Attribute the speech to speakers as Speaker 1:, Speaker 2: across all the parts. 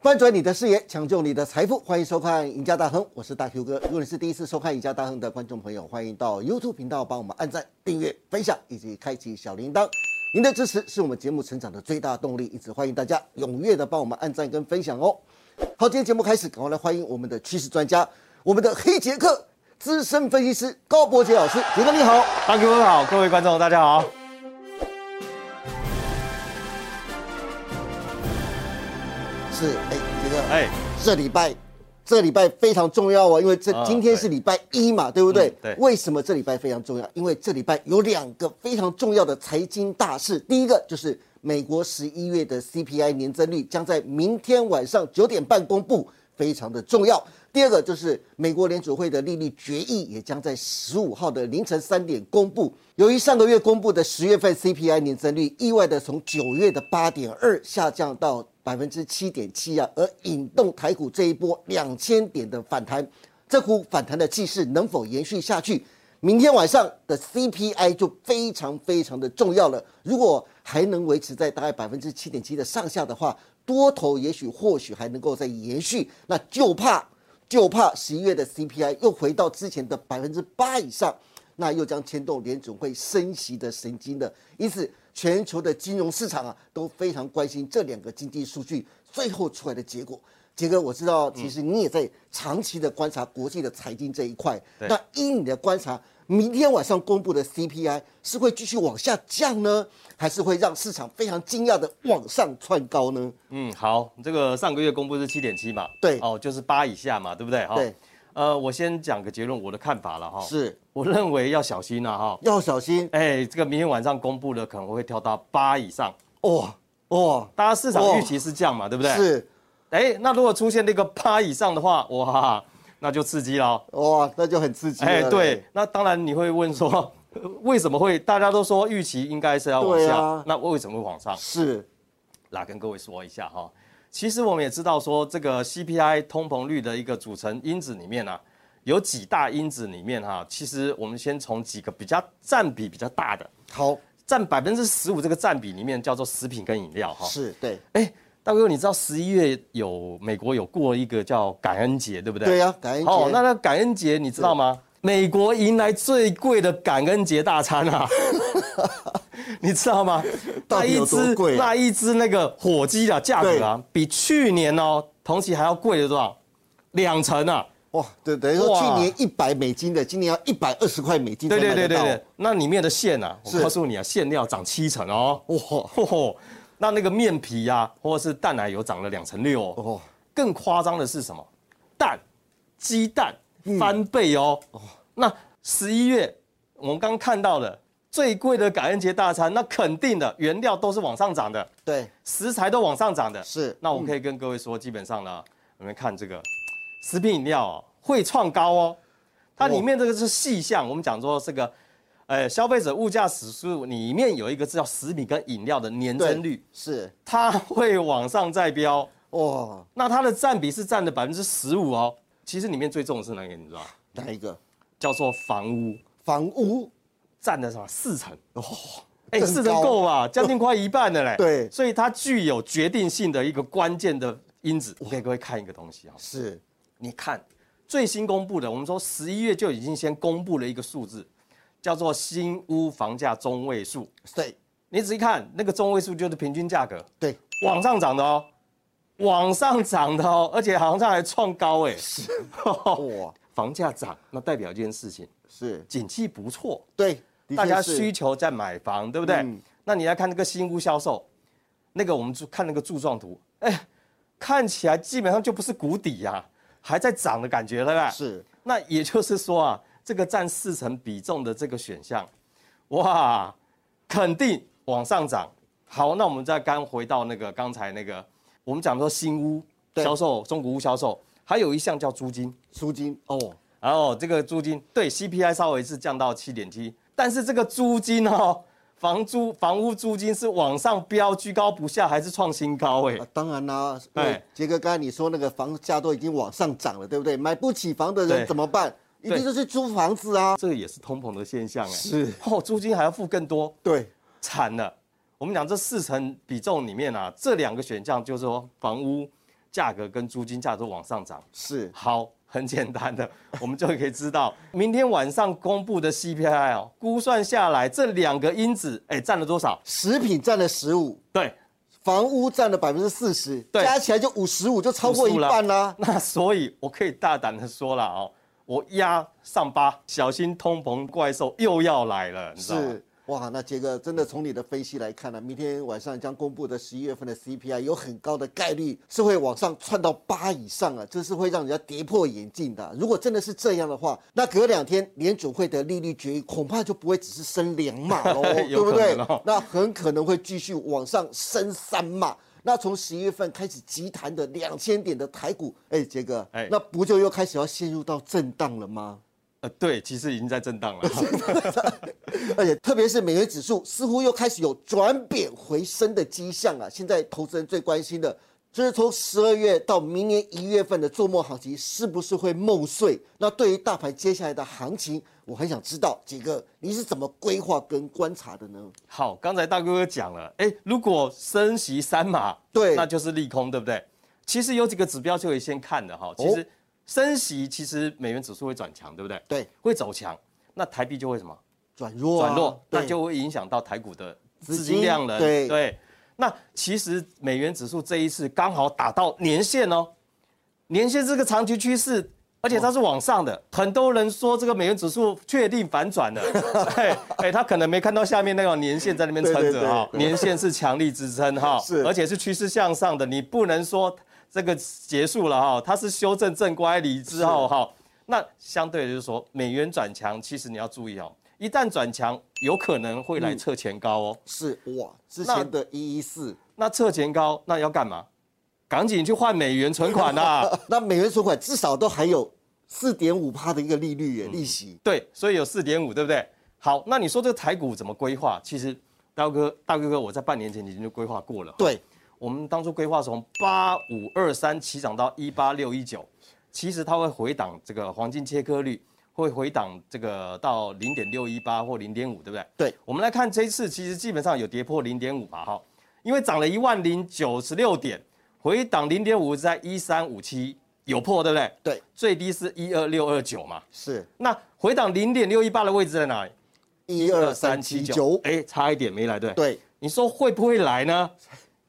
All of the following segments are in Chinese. Speaker 1: 翻转你的视野，抢救你的财富，欢迎收看《赢家大亨》，我是大 Q 哥。如果你是第一次收看《赢家大亨》的观众朋友，欢迎到 YouTube 频道帮我们按赞、订阅、分享以及开启小铃铛。您的支持是我们节目成长的最大动力，因此欢迎大家踊跃的帮我们按赞跟分享哦。好，今天节目开始，赶快来欢迎我们的趋势专家，我们的黑杰克资深分析师高博杰老师，杰哥你好。
Speaker 2: 大 Q 哥好，各位观众大家好。
Speaker 1: 是，哎，杰哥，
Speaker 2: 哎，
Speaker 1: 这礼拜，这礼拜非常重要啊，因为这
Speaker 2: 啊
Speaker 1: 今天是礼拜一嘛，对不对？
Speaker 2: 嗯对
Speaker 1: 为什么这礼拜非常重要？因为这礼拜有两个非常重要的财经大事，第一个就是美国十一月的 CPI 年增率将在明天晚上九点半公布，非常的重要。第二个就是美国联储会的利率决议也将在十五号的凌晨三点公布。由于上个月公布的十月份 CPI 年增率意外的从九月的八点二下降到百分之七点七啊，而引动台股这一波两千点的反弹。这股反弹的气势能否延续下去？明天晚上的 CPI 就非常非常的重要了。如果还能维持在大概百分之七点七的上下的话，多头也许或许还能够再延续，那就怕就怕十一月的 CPI 又回到之前的百分之八以上，那又将牵动联准会升息的神经了。因此，全球的金融市场啊都非常关心这两个经济数据最后出来的结果。杰哥，我知道其实你也在长期的观察国际的财经这一块，
Speaker 2: 对
Speaker 1: 那依你的观察，明天晚上公布的 CPI 是会继续往下降呢，还是会让市场非常惊讶的往上窜高呢？
Speaker 2: 嗯，好，这个上个月公布是七点七嘛，
Speaker 1: 对
Speaker 2: 哦，就是八以下嘛，对不对？哈
Speaker 1: 对，
Speaker 2: 呃，我先讲个结论，我的看法了哈，
Speaker 1: 是
Speaker 2: 我认为要小心了哈，
Speaker 1: 要小心
Speaker 2: 哎，这个明天晚上公布的可能会跳到八以上，
Speaker 1: 哦哦，
Speaker 2: 大家市
Speaker 1: 哦
Speaker 2: 场预期是这样嘛，对不对？，
Speaker 1: 是
Speaker 2: 哎，那如果出现那个八以上的话，哇，那就刺激了哦。
Speaker 1: 哇，那就很刺激了。
Speaker 2: 哎，对，，那当然你会问说， 为什么会大家都说预期应该是要往
Speaker 1: 对
Speaker 2: 下，
Speaker 1: 啊
Speaker 2: 那为什么会往上？
Speaker 1: 是
Speaker 2: 来跟各位说一下哈。其实我们也知道说，这个 CPI 通膨率的一个组成因子里面啊，有几大因子里面哈、其实我们先从几个比较占比比较大的，
Speaker 1: 好
Speaker 2: 占百分之十五这个占比里面叫做食品跟饮料哈。
Speaker 1: 是对
Speaker 2: 哎，大哥，你知道十一月有美国有过一个叫感恩节，对不对？
Speaker 1: 对啊呀，感恩节
Speaker 2: 哦，那那感恩节你知道吗？美国迎来最贵的感恩节大 餐啊，你知道吗？
Speaker 1: 到底有多
Speaker 2: 那一只
Speaker 1: 贵啊
Speaker 2: 那一只那个火鸡的价格啊，比去年哦同期还要贵了多少？两成啊！
Speaker 1: 哇，对，等于说去
Speaker 2: 哇
Speaker 1: 年一百美金的，今年要一百二十块美金才
Speaker 2: 对对
Speaker 1: 买
Speaker 2: 对
Speaker 1: 得
Speaker 2: 对
Speaker 1: 到。
Speaker 2: 对，那里面的馅啊，我
Speaker 1: 是
Speaker 2: 告诉你啊，馅料涨七成哦。
Speaker 1: 哇
Speaker 2: 哦，那那个面皮啊，或者是蛋奶油涨了两成六哦。
Speaker 1: 哦，
Speaker 2: 更夸张的是什么？蛋、鸡蛋
Speaker 1: 嗯
Speaker 2: 翻倍哦。那十一月我们刚看到的最贵的感恩节大餐，那肯定的原料都是往上涨的，
Speaker 1: 对，
Speaker 2: 食材都往上涨的。
Speaker 1: 是嗯
Speaker 2: 那我可以跟各位说，基本上呢，你们看这个食品饮料、哦、会创高哦，它里面这个是细项，我们讲说这个。呃，消费者物价指数里面有一个叫食品跟饮料的年
Speaker 1: 对
Speaker 2: 增率，
Speaker 1: 是
Speaker 2: 它会往上再飙。
Speaker 1: 哇，
Speaker 2: 那它的占比是占了百分之十五哦。其实里面最重的是哪个？你知道吗？
Speaker 1: 哪一个
Speaker 2: 叫做房屋，
Speaker 1: 房屋？
Speaker 2: 占了什么四成？哦，哎，
Speaker 1: 更高啊
Speaker 2: 四成 够吧？将近快一半了嘞。
Speaker 1: 对
Speaker 2: 所以它具有决定性的一个关键的因子。我给各位看一个东西啊、
Speaker 1: 是
Speaker 2: 你看最新公布的，我们说十一月就已经先公布了一个数字，叫做新屋房价中位数。
Speaker 1: 对
Speaker 2: 你仔细看，那个中位数就是平均价格，
Speaker 1: 对
Speaker 2: 往上涨的哦，往上涨的哦，而且好像还创高哎。
Speaker 1: 是哇
Speaker 2: 哇，房价涨，那代表一件事情，
Speaker 1: 是，
Speaker 2: 景气不错，
Speaker 1: 对，的
Speaker 2: 大
Speaker 1: 确
Speaker 2: 家
Speaker 1: 是
Speaker 2: 需求在买房，对不对？
Speaker 1: 嗯
Speaker 2: 那你来看那个新屋销售，那个我们就看那个柱状图，哎，看起来基本上就不是谷底呀、还在涨的感觉，对不对？。
Speaker 1: 是
Speaker 2: 那也就是说啊，这个占四成比重的这个选项，哇，肯定往上涨。好，那我们再刚回到那个刚才那个，我们讲说新屋
Speaker 1: 对
Speaker 2: 销售、中古屋销售，还有一项叫租金。
Speaker 1: 租金哦，
Speaker 2: 然后这个租金对 CPI 稍微是降到七点七，但是这个租金哦，房租房屋租金是往上飙，居高不下，还是创新高哎
Speaker 1: 啊。，当然啦，因
Speaker 2: 哎
Speaker 1: 为杰哥刚才你说那个房价都已经往上涨了，对不对？买不起房的人
Speaker 2: 对
Speaker 1: 怎么办？一定
Speaker 2: 对
Speaker 1: 就是租房子啊。
Speaker 2: 这也是通膨的现象哎。
Speaker 1: 是
Speaker 2: 哦，租金还要付更多，
Speaker 1: 对，
Speaker 2: 惨了。我们讲这四成比重里面啊，这两个选项就是说房屋价格跟租金价都往上涨。
Speaker 1: 是
Speaker 2: 好，很简单的， 我们就可以知道明天晚上公布的 CPI 哦，估算下来这两个因子，哎，占了多少？
Speaker 1: 食品占了十五，
Speaker 2: 对，
Speaker 1: 房屋占了百分之四十，
Speaker 2: 对
Speaker 1: 加起来就五十五，就超过一
Speaker 2: 55了
Speaker 1: 半啊啦、
Speaker 2: 那所以我可以大胆的说了哦，我压上八，小心通膨怪兽又要来了，你知道吗？
Speaker 1: 是哇，那杰哥真的从你的分析来看呢、明天晚上将公布的十一月份的 CPI 有很高的概率是会往上窜到八以上啊，这是会让人家跌破眼镜的啊、如果真的是这样的话，那隔两天联准会的利率决议恐怕就不会只是升两码喽，对
Speaker 2: 有
Speaker 1: 不
Speaker 2: 可
Speaker 1: 对？
Speaker 2: 能哦
Speaker 1: 那很可能会继续往上升三码。那从十一月份开始急弹的两千点的台股，哎，杰哥，
Speaker 2: 哎
Speaker 1: 那不就又开始要陷入到震荡了吗？
Speaker 2: 呃，对，其实已经在震荡 了。
Speaker 1: 而且特别是美元指数似乎又开始有转贬回升的迹象啊！现在投资人最关心的就是从十二月到明年一月份的做梦行情是不是会梦碎？那对于大盘接下来的行情，我很想知道杰哥你是怎么规划跟观察的呢？
Speaker 2: 好，刚才大哥哥讲了，哎，如果升息三码，
Speaker 1: 对
Speaker 2: 那就是利空，对不对？其实有几个指标就可以先看的哈。
Speaker 1: 哦
Speaker 2: 其实升息，其实美元指数会转强，对不对？
Speaker 1: 对，
Speaker 2: 会走强，那台币就会什么
Speaker 1: 转弱、啊，
Speaker 2: 转弱，
Speaker 1: 对
Speaker 2: 那就会影响到台股的
Speaker 1: 资
Speaker 2: 资
Speaker 1: 金
Speaker 2: 金量了。
Speaker 1: 对
Speaker 2: 那其实美元指数这一次刚好打到年线哦，年线这个长期趋势，而且它是往上的。很多人说这个美元指数确定反转了， 哎哎，他可能没看到下面那个年线在那边撑着哈，
Speaker 1: 对对对
Speaker 2: 年线是强力支撑哈，
Speaker 1: 是
Speaker 2: 而且是趋势向上的，你不能说这个结束了哈，它是修正正乖离之后哈。那相对的就是说，美元转强，其实你要注意哦，一旦转强，有可能会来测前高哦。
Speaker 1: 是哇，之
Speaker 2: 那
Speaker 1: 前的一一四。
Speaker 2: 那测前高，那要干嘛？赶紧去换美元存款啊啦、
Speaker 1: 啊那美元存款至少都还有四点五趴的一个利率耶，利息。
Speaker 2: 对，所以有四点五，对不对？好，那你说这个台股怎么规划？其实大哥大哥哥，我在半年前已经就规划过了。
Speaker 1: 对，
Speaker 2: 我们当初规划从八五二三起涨到一八六一九，其实它会回档这个黄金切割率，会回档这个到零点六一八或零点五，对不对？
Speaker 1: 对，
Speaker 2: 我们来看这一次，其实基本上有跌破零点五吧，哈，因为涨了一万零九十六点，回档零点五在一三五七有破，对不对？
Speaker 1: 对，
Speaker 2: 最低是一二六二九嘛，
Speaker 1: 是
Speaker 2: 那回档零点六一八的位置在哪里？
Speaker 1: 一二三七九。
Speaker 2: 哎，差一点没来，对不对。
Speaker 1: 对，
Speaker 2: 你说会不会来呢？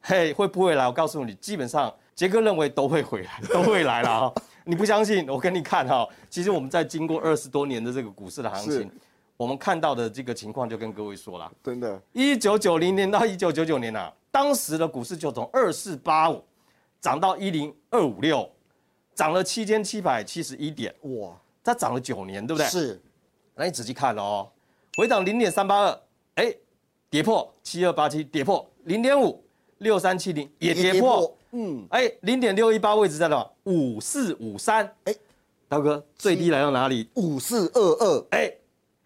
Speaker 2: 嘿，会不会来？我告诉你，基本上杰哥认为都会回来， 都会来了哈、你不相信？我给你看哈、其实我们在经过二十多年的这个股市的行
Speaker 1: 是
Speaker 2: 情，我们看到的这个情况就跟各位说了，
Speaker 1: 真的
Speaker 2: 一九九零年到一九九九年啊，当时的股市就从二四八五涨到一零二五六，涨了七千七百七十一点，
Speaker 1: 哇，
Speaker 2: 它涨了九年，对不对？
Speaker 1: 是
Speaker 2: 那你仔细看了哦，回档零点三八二，哎，跌破七二八七，跌破零点五六三七零也跌破，，
Speaker 1: 嗯，
Speaker 2: 哎，零点六一八位置在哪？五四五三，
Speaker 1: 哎
Speaker 2: 哎，大哥最低来到哪里？
Speaker 1: 五四二二
Speaker 2: 哎，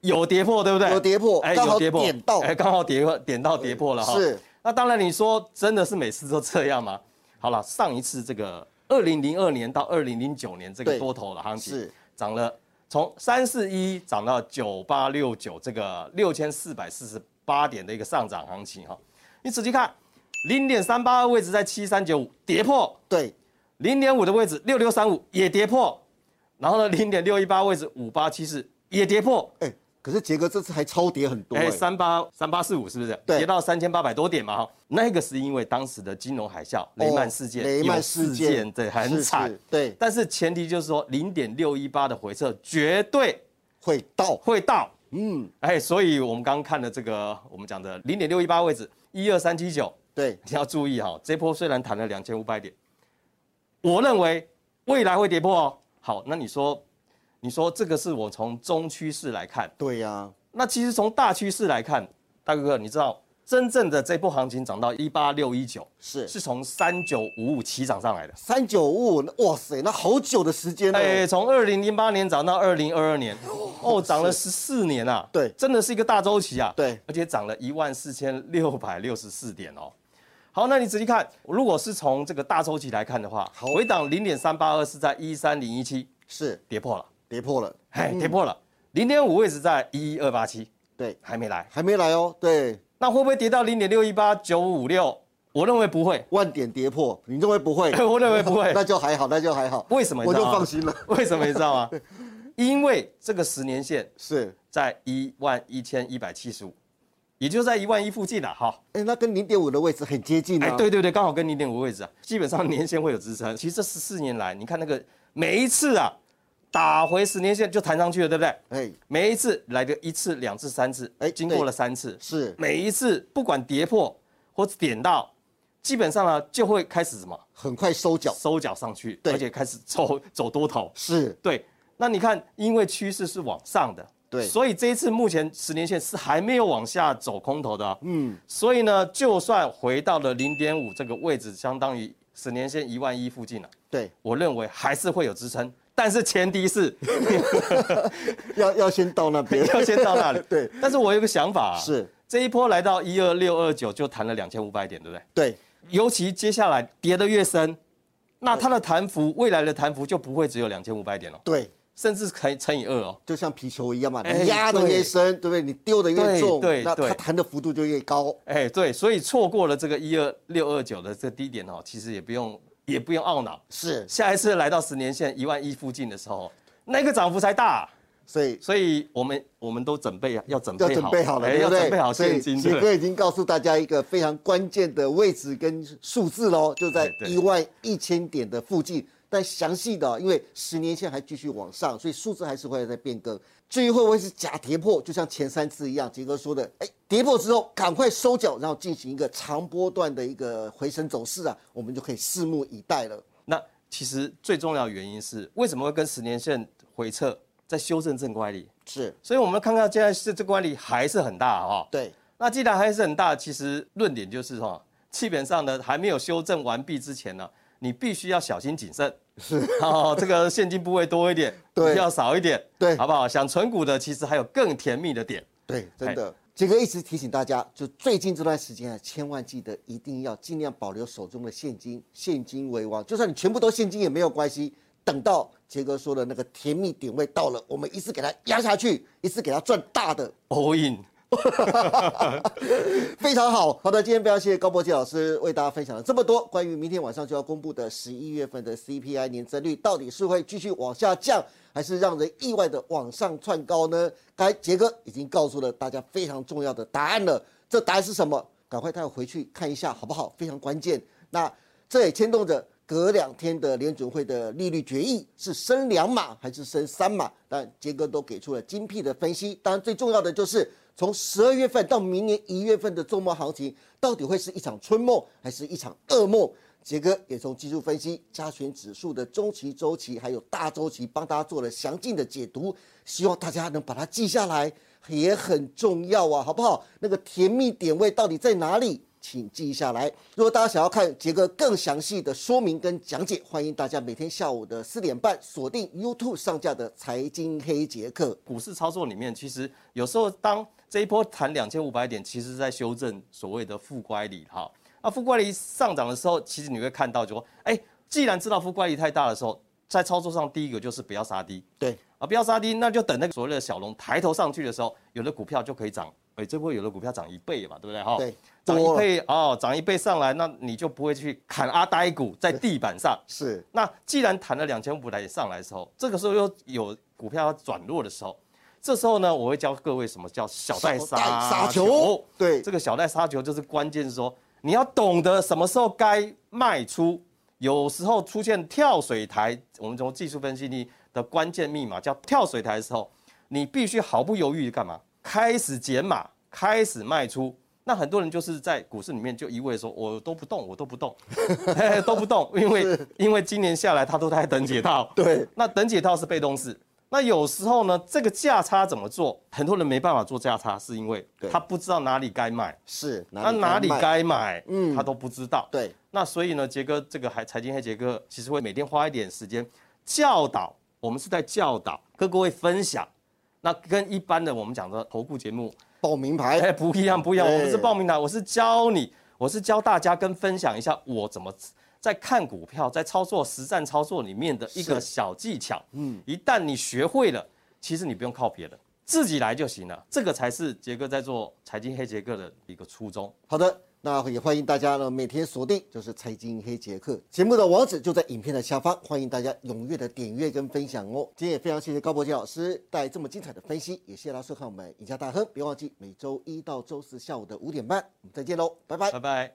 Speaker 2: 有跌破对不对？
Speaker 1: 有跌破
Speaker 2: 哎，
Speaker 1: 刚好
Speaker 2: 有跌破，
Speaker 1: 点到
Speaker 2: 哎，刚好跌破，点到跌破了哈。
Speaker 1: 是，
Speaker 2: 那当然你说真的是每次都这样吗？好了，上一次这个二零零二年到二零零九年这
Speaker 1: 对
Speaker 2: 个多头的行情，
Speaker 1: 是
Speaker 2: 涨了，从三四一涨到九八六九，这个六千四百四十八点的一个上涨行情哈。你仔细看，零点三八二位置在七三九五跌破，
Speaker 1: 对，
Speaker 2: 零点五的位置六六三五也跌破，然后呢零点六一八位置五八七四也跌破，
Speaker 1: 哎，可是杰哥这次还超跌很多，
Speaker 2: 哎，
Speaker 1: 哎，
Speaker 2: 三八三八四五是不是？
Speaker 1: 对
Speaker 2: 跌到三千八百多点嘛哈。那个是因为当时的金融海啸、雷曼事件、
Speaker 1: 哦雷曼
Speaker 2: 有
Speaker 1: 事
Speaker 2: 事
Speaker 1: 件
Speaker 2: 件，对，很
Speaker 1: 是
Speaker 2: 惨
Speaker 1: 是。对，
Speaker 2: 但是前提就是说，零点六一八的回撤绝对
Speaker 1: 会到，
Speaker 2: 会到，
Speaker 1: 嗯，
Speaker 2: 哎，所以我们刚刚看的这个，我们讲的零点六一八位置，一二三七九，
Speaker 1: 对，
Speaker 2: 你要注意哈、这波虽然弹了两千五百点，我认为未来会跌破哦。好，那你说，你说这个是我从中趋势来看，
Speaker 1: 对呀，
Speaker 2: 那其实从大趋势来看，大哥哥，你知道真正的这波行情涨到一八六一九，
Speaker 1: 是
Speaker 2: 是从三九五五起涨上来的。
Speaker 1: 三九五，哇塞，那好久的哦时间呢，
Speaker 2: 哎，从二零零八年涨到二零二二年，哦，涨了十四年啊！
Speaker 1: 对
Speaker 2: 真的是一个大周期啊！
Speaker 1: 对
Speaker 2: 而且涨了一万四千六百六十四点哦。好，那你仔细看，如果是从这个大周期来看的话，
Speaker 1: 好
Speaker 2: 回档零点三八二是在一三零一七
Speaker 1: 是
Speaker 2: 跌破了，
Speaker 1: 跌破了，
Speaker 2: 哎，跌破了，零点五位置在一二八七，
Speaker 1: 对，
Speaker 2: 还没来。
Speaker 1: 还没来哦，对，
Speaker 2: 那会不会跌到零点六一八九五六我认为不会，
Speaker 1: 万点跌破，你认为不会？
Speaker 2: 我认为不会
Speaker 1: 那就还好，那就还好。
Speaker 2: 为什么你
Speaker 1: 我
Speaker 2: 知
Speaker 1: 就
Speaker 2: 道吗
Speaker 1: 放心了。
Speaker 2: 为什么你 知道吗？因为这个十年线
Speaker 1: 是，
Speaker 2: 在一万一千一百七十五，也就在一万一附近了、啊哈。
Speaker 1: 哎，那跟零点五的位置很接近
Speaker 2: 哎，
Speaker 1: 啊。
Speaker 2: 对对对，刚好跟零点五位置啊，基本上年线会有支撑。其实这十四年来，你看那个每一次啊，打回十年线就弹上去了，对不对？
Speaker 1: 哎，
Speaker 2: 每一次来个一次、两次、三次，
Speaker 1: 哎
Speaker 2: 哎，经过
Speaker 1: 对
Speaker 2: 了三次，
Speaker 1: 是
Speaker 2: 每一次不管跌破或者点到，基本上呢啊就会开始什么
Speaker 1: 很快收脚。
Speaker 2: 收脚上去，
Speaker 1: 对
Speaker 2: 而且开始走走多头。
Speaker 1: 是，
Speaker 2: 对，那你看，因为趋势是往上的，
Speaker 1: 对
Speaker 2: 所以这一次目前十年线是还没有往下走空头的、嗯，所以呢，就算回到了零点五这个位置，相当于十年线一万一附近了、啊
Speaker 1: 对，
Speaker 2: 我认为还是会有支撑，但是前 提是
Speaker 1: 要要先到那边。
Speaker 2: 要先到那里。
Speaker 1: 对，
Speaker 2: 但是我有个想法、啊，
Speaker 1: 是
Speaker 2: 这一波来到一二六二九就弹了两千五百点，对不 对？
Speaker 1: 对，
Speaker 2: 尤其接下来跌得越深，那它的弹幅未来的弹幅就不会只有两千五百点了，
Speaker 1: 对，
Speaker 2: 甚至可以乘以二哦。
Speaker 1: 就像皮球一样嘛，
Speaker 2: 哎
Speaker 1: 你压的
Speaker 2: 对
Speaker 1: 越深，对不对？你丢的越
Speaker 2: 对
Speaker 1: 重，
Speaker 2: 对
Speaker 1: 那
Speaker 2: 对
Speaker 1: 它弹的幅度就越高。
Speaker 2: 哎，对，所以错过了这个一二六二九的这低点哦，其实也不用也不用懊恼，
Speaker 1: 是，
Speaker 2: 下一次来到十年线一万一附近的时候，那个涨幅才大，
Speaker 1: 所以
Speaker 2: 所以我们我们都准备要准备
Speaker 1: 要
Speaker 2: 好，
Speaker 1: 准备好了，
Speaker 2: 哎
Speaker 1: 对不
Speaker 2: 要
Speaker 1: 对？
Speaker 2: 准备好
Speaker 1: 所以
Speaker 2: 现金，
Speaker 1: 杰
Speaker 2: 对
Speaker 1: 哥已经告诉大家一个非常关键的位置跟数字喽，就在
Speaker 2: 哎对对
Speaker 1: 一万一千点的附近。但详细的哦，因为十年线还继续往上，所以数字还是会在变更。至于会不会是假跌破，就像前三次一样，杰哥说的，哎，跌破之后赶快收脚，然后进行一个长波段的一个回升走势啊，我们就可以拭目以待了。
Speaker 2: 那其实最重要的原因是为什么会跟十年线回撤，在修正正乖离，
Speaker 1: 是，
Speaker 2: 所以我们看看现在是这乖离还是很大哈、哦。
Speaker 1: 对，
Speaker 2: 那既然还是很大，其实论点就是哈、基本上呢还没有修正完毕之前呢、你必须要小心谨慎， 是哦，这个现金部位多一点，
Speaker 1: 对
Speaker 2: 股票少一点，
Speaker 1: 对
Speaker 2: 好不好？想存股的其实还有更甜蜜的点，
Speaker 1: 对，真的。杰哥一直提醒大家，就最近这段时间啊，千万记得一定要尽量保留手中的现金，现金为王。就算你全部都现金也没有关系，等到杰哥说的那个甜蜜点位到了，我们一次给它压下去，一次给它赚大的，
Speaker 2: all in。
Speaker 1: 非常好。好的，今天非常谢谢高博杰老师为大家分享了这么多关于明天晚上就要公布的十一月份的 CPI 年增率，到底是会继续往下降，还是让人意外的往上窜高呢？刚才杰哥已经告诉了大家非常重要的答案了，这答案是什么？赶快带回去看一下好不好？非常关键。那这也牵动着隔两天的联准会的利率决议是升两码还是升三码？但杰哥都给出了精辟的分析。当然，最重要的就是从十二月份到明年一月份的周末行情，到底会是一场春梦还是一场噩梦？杰哥也从技术分析、加权指数的中期周期还有大周期，帮大家做了详尽的解读，希望大家能把它记下来，也很重要啊，好不好？那个甜蜜点位到底在哪里？请记下来。如果大家想要看杰哥更详细的说明跟讲解，欢迎大家每天下午的四点半锁定 YouTube 上架的《财经黑杰克》。
Speaker 2: 股市操作里面，其实有时候当这一波弹两千五百点，其实在修正所谓的负乖离哈。那负乖离上涨的时候，其实你会看到就说，哎，既然知道负乖离太大的时候，在操作上第一个就是不要杀低
Speaker 1: 对，
Speaker 2: 啊，不要杀低，那就等那个所谓的小龙抬头上去的时候，有的股票就可以涨，哎，这波有的股票涨一倍嘛，对不对哈？
Speaker 1: 对
Speaker 2: 涨
Speaker 1: 多
Speaker 2: 一
Speaker 1: 了
Speaker 2: 倍哦，涨一倍上来，那你就不会去砍阿呆股在地板上。
Speaker 1: 是
Speaker 2: 那既然谈了两千五来上来的时候，这个时候又有股票要转弱的时候，这时候呢，我会教各位什么叫小袋
Speaker 1: 小袋
Speaker 2: 杀
Speaker 1: 杀球对
Speaker 2: 这个小袋杀球就是关键，是说你要懂得什么时候该卖出。有时候出现跳水台，我们从技术分析里的关键密码叫跳水台的时候，你必须毫不犹豫地干嘛？开始减码，开始卖出。那很多人就是在股市里面就一味地说，我都不动，我都不动， 嘿都不动，因为因为今年下来他都在等解套。
Speaker 1: 对，
Speaker 2: 那等解套是被动式。那有时候呢，这个价差怎么做？很多人没办法做价差，是因为
Speaker 1: 对
Speaker 2: 他不知道哪里该买，
Speaker 1: 是，
Speaker 2: 他哪里
Speaker 1: 卖？
Speaker 2: 该买，嗯，他都不知道。
Speaker 1: 对，
Speaker 2: 那所以呢，杰哥这个还财经黑杰哥其实会每天花一点时间教导，我们是在教导跟各位分享。那跟一般的我们讲的投顾节目，
Speaker 1: 报名牌
Speaker 2: 哎，不一样，不一样。
Speaker 1: 对
Speaker 2: 我们是报名台，我是教你，我是教大家跟分享一下我怎么在看股票，在操作实战操作里面的一个
Speaker 1: 是
Speaker 2: 小技巧。嗯，一旦你学会了，其实你不用靠别人，自己来就行了。这个才是杰哥在做财经黑杰哥的一个初衷。
Speaker 1: 好的，那也欢迎大家呢每天锁定就是财经黑杰克节目的网址就在影片的下方，欢迎大家踊跃的点阅跟分享哦。今天也非常谢谢高博杰老师带这么精彩的分析，也谢谢大家收看我们赢家大亨，别忘记每周一到周四下午的五点半，我们再见喽，拜拜
Speaker 2: 拜。拜。